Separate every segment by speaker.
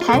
Speaker 1: 台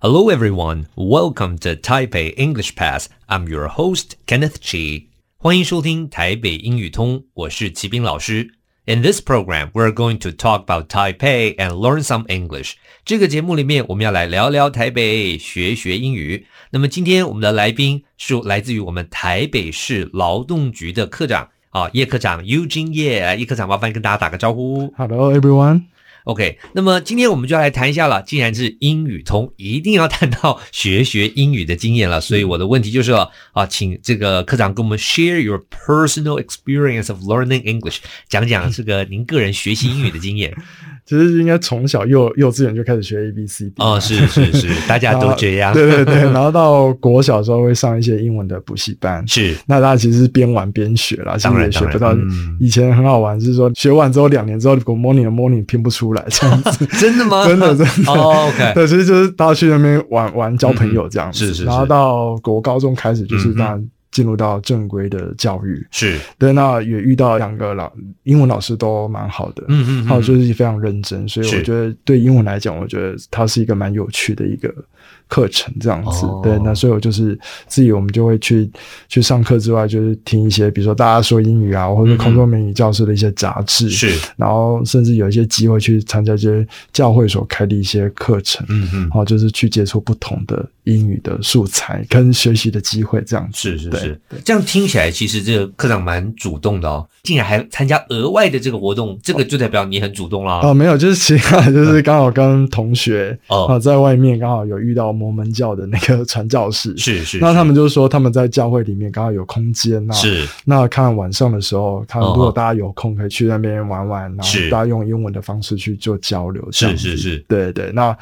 Speaker 2: Hello, everyone. Welcome to Taipei English Pass. I'm your host, Kenneth Chi. 欢迎收听台北英语通，我是齐斌老师。In this program, we're going to talk about Taipei and learn some English. 这个节目里面，我们要来聊聊台北，学学英语。那么今天我们的来宾是来自于我们台北市劳动局的科长啊，叶科长 Eugene 叶，叶科长，麻烦跟大家打个招呼。
Speaker 3: Hello, everyone.
Speaker 2: OK，那么今天我们就要来谈一下了。既然是英语通，一定要谈到学学英语的经验了。所以我的问题就是了啊，请这个科长跟我们 share your personal experience of learning English，讲讲这个您个人学习英语的经 验。
Speaker 3: 其实应该从小幼幼稚园就开始学 A B C D
Speaker 2: 哦，是是是，大家都这样。
Speaker 3: 啊对对对， 然后到国小的时候会上一些英文的补习班。
Speaker 2: 是
Speaker 3: 那大家其实是边玩边学啦，其
Speaker 2: 当
Speaker 3: 实
Speaker 2: 然
Speaker 3: 也学不
Speaker 2: 当
Speaker 3: 到
Speaker 2: 然嗯。
Speaker 3: 以前很好玩，是说学完之后两年之后，如果 morning 的 morning 拼不出来这样 子，
Speaker 2: 真的吗？
Speaker 3: 真的真的
Speaker 2: 哦，OK，
Speaker 3: 对，其实就是大家去那边玩玩交朋友这样
Speaker 2: 嗯
Speaker 3: 子。
Speaker 2: 嗯是是是
Speaker 3: 然后到国高中开始，就是
Speaker 2: 嗯哼
Speaker 3: 大家进入到正规的教育。
Speaker 2: 是，
Speaker 3: 对，那也遇到两个老英文老师都蛮好的。
Speaker 2: 嗯嗯，
Speaker 3: 还有
Speaker 2: 嗯
Speaker 3: 就是非常认真，所以
Speaker 2: 是
Speaker 3: 我觉得对英文来讲，我觉得它是一个蛮有趣的一个课程这样子。
Speaker 2: 哦
Speaker 3: 对，那所以我就是自己我们就会去去上课之外，就是听一些比如说大家说英语啊，或
Speaker 2: 嗯
Speaker 3: 者是空中美语教室的一些杂志，
Speaker 2: 是，
Speaker 3: 然后甚至有一些机会去参加一些教会所开的一些课程。
Speaker 2: 嗯嗯
Speaker 3: 然，后就是去接触不同的英语的素材跟学习的机会，这样子
Speaker 2: 是是
Speaker 3: 对
Speaker 2: 是，这样听起来其实这个科长蛮主动的哦，竟然还参加额外的这个活动，这个就代表你很主动啦。
Speaker 3: 哦，没有，就是其他，就是刚好跟同学
Speaker 2: 嗯哦
Speaker 3: 啊、在外面刚好有遇到摩门教的那 个传教士，
Speaker 2: 是是，
Speaker 3: 那
Speaker 2: 是
Speaker 3: 他们就说他们在教会里面刚好有空间那
Speaker 2: 是啊
Speaker 3: 那看晚上的时候，看
Speaker 2: 哦
Speaker 3: 如果大家有空可以去那边玩玩，然后
Speaker 2: 是
Speaker 3: 大家用英文的方式去做交流，这样
Speaker 2: 是是
Speaker 3: 子
Speaker 2: 是
Speaker 3: 对对，那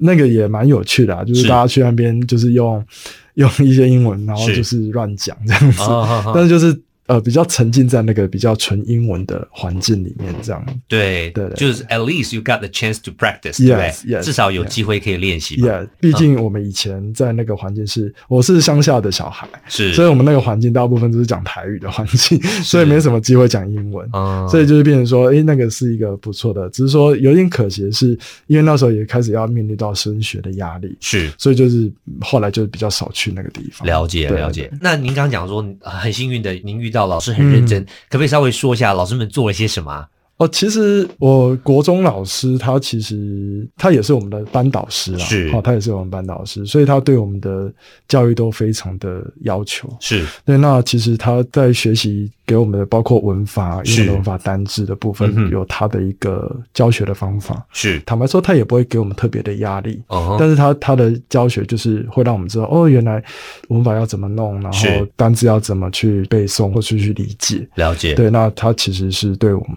Speaker 3: 那个也蛮有趣的、啊，就是
Speaker 2: 是
Speaker 3: 大家去那边就是用 用一些英文，然后
Speaker 2: 是
Speaker 3: 就是乱讲这样子，
Speaker 2: 啊哈哈
Speaker 3: 但是就是呃比较沉浸在那个比较纯英文的环境里面这样。
Speaker 2: 对
Speaker 3: 对对
Speaker 2: 就是 at least you got the chance to practice，对不对
Speaker 3: Yes, yes,
Speaker 2: 至少有机会可以练习嘛。
Speaker 3: Yeah，毕竟我们以前在那个环境是，我是乡下的小孩，
Speaker 2: 是，
Speaker 3: 所以我们那个环境大部分都是讲台语的环境，所以没什么机会讲英文。
Speaker 2: 嗯，
Speaker 3: 所以就是变成说，诶、那个是一个不错的，只是说有点可惜的是，因为那时候也开始要面对到升学的压力，
Speaker 2: 是
Speaker 3: 所以就是后来就比较少去那个地方。
Speaker 2: 了解
Speaker 3: 对
Speaker 2: 了解。那您刚刚讲说呃很幸运的，您遇到老师很认
Speaker 3: 嗯
Speaker 2: 真，可不可以稍微说一下老师们做了些什么啊？
Speaker 3: 哦，其实我国中老师他其实他也是我们的班导师啦，
Speaker 2: 是
Speaker 3: 哦，他也是我们班导师，所以他对我们的教育都非常的要求。
Speaker 2: 是
Speaker 3: 对，那其实他在学习给我们的，包括文法、英
Speaker 2: 是
Speaker 3: 文的文法单字的部分
Speaker 2: 嗯哼，
Speaker 3: 有他的一个教学的方法。
Speaker 2: 是，
Speaker 3: 坦白说，他也不会给我们特别的压力，
Speaker 2: 哦
Speaker 3: 但是他他的教学就是会让我们知道，哦，原来文法要怎么弄，然后
Speaker 2: 是
Speaker 3: 单字要怎么去背诵或是去理解。
Speaker 2: 了解，
Speaker 3: 对，那他其实是对我们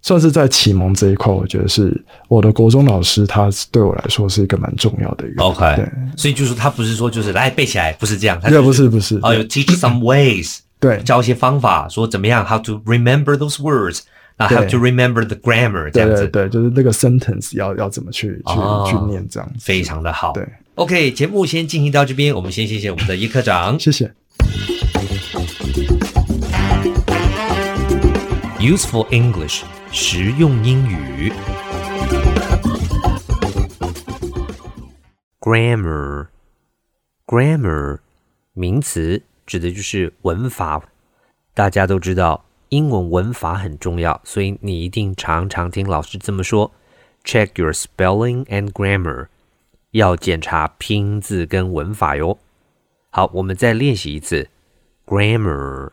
Speaker 3: 算是在启蒙这一块，我觉得是我的国中老师，他是对我来说是一个蛮重要的一个。
Speaker 2: OK
Speaker 3: 对，
Speaker 2: 所以就是他不是说就是来背起来，不是这样，他
Speaker 3: 对，
Speaker 2: 就
Speaker 3: 不是不是，
Speaker 2: 哦，有 teach some ways，
Speaker 3: 对
Speaker 2: 教一些方法，说怎么样 how to remember those words，啊
Speaker 3: 对
Speaker 2: how to remember the grammar 这
Speaker 3: 对
Speaker 2: 样
Speaker 3: 对
Speaker 2: 子，
Speaker 3: 对，就是那个 sentence 要要怎么去去、
Speaker 2: 哦
Speaker 3: 去念这样子，
Speaker 2: 非常的好。
Speaker 3: 对，
Speaker 2: OK，节目先进行到这边，我们先谢谢我们的叶科长。
Speaker 3: 谢谢。
Speaker 2: Useful English，实用英语。Grammar，grammar 名词指的就是文法。大家都知道，英文文法很重要，所以你一定常常听老师这么说：Check your spelling and grammar，要检查拼字跟文法哟。好，我们再练习一次，grammar。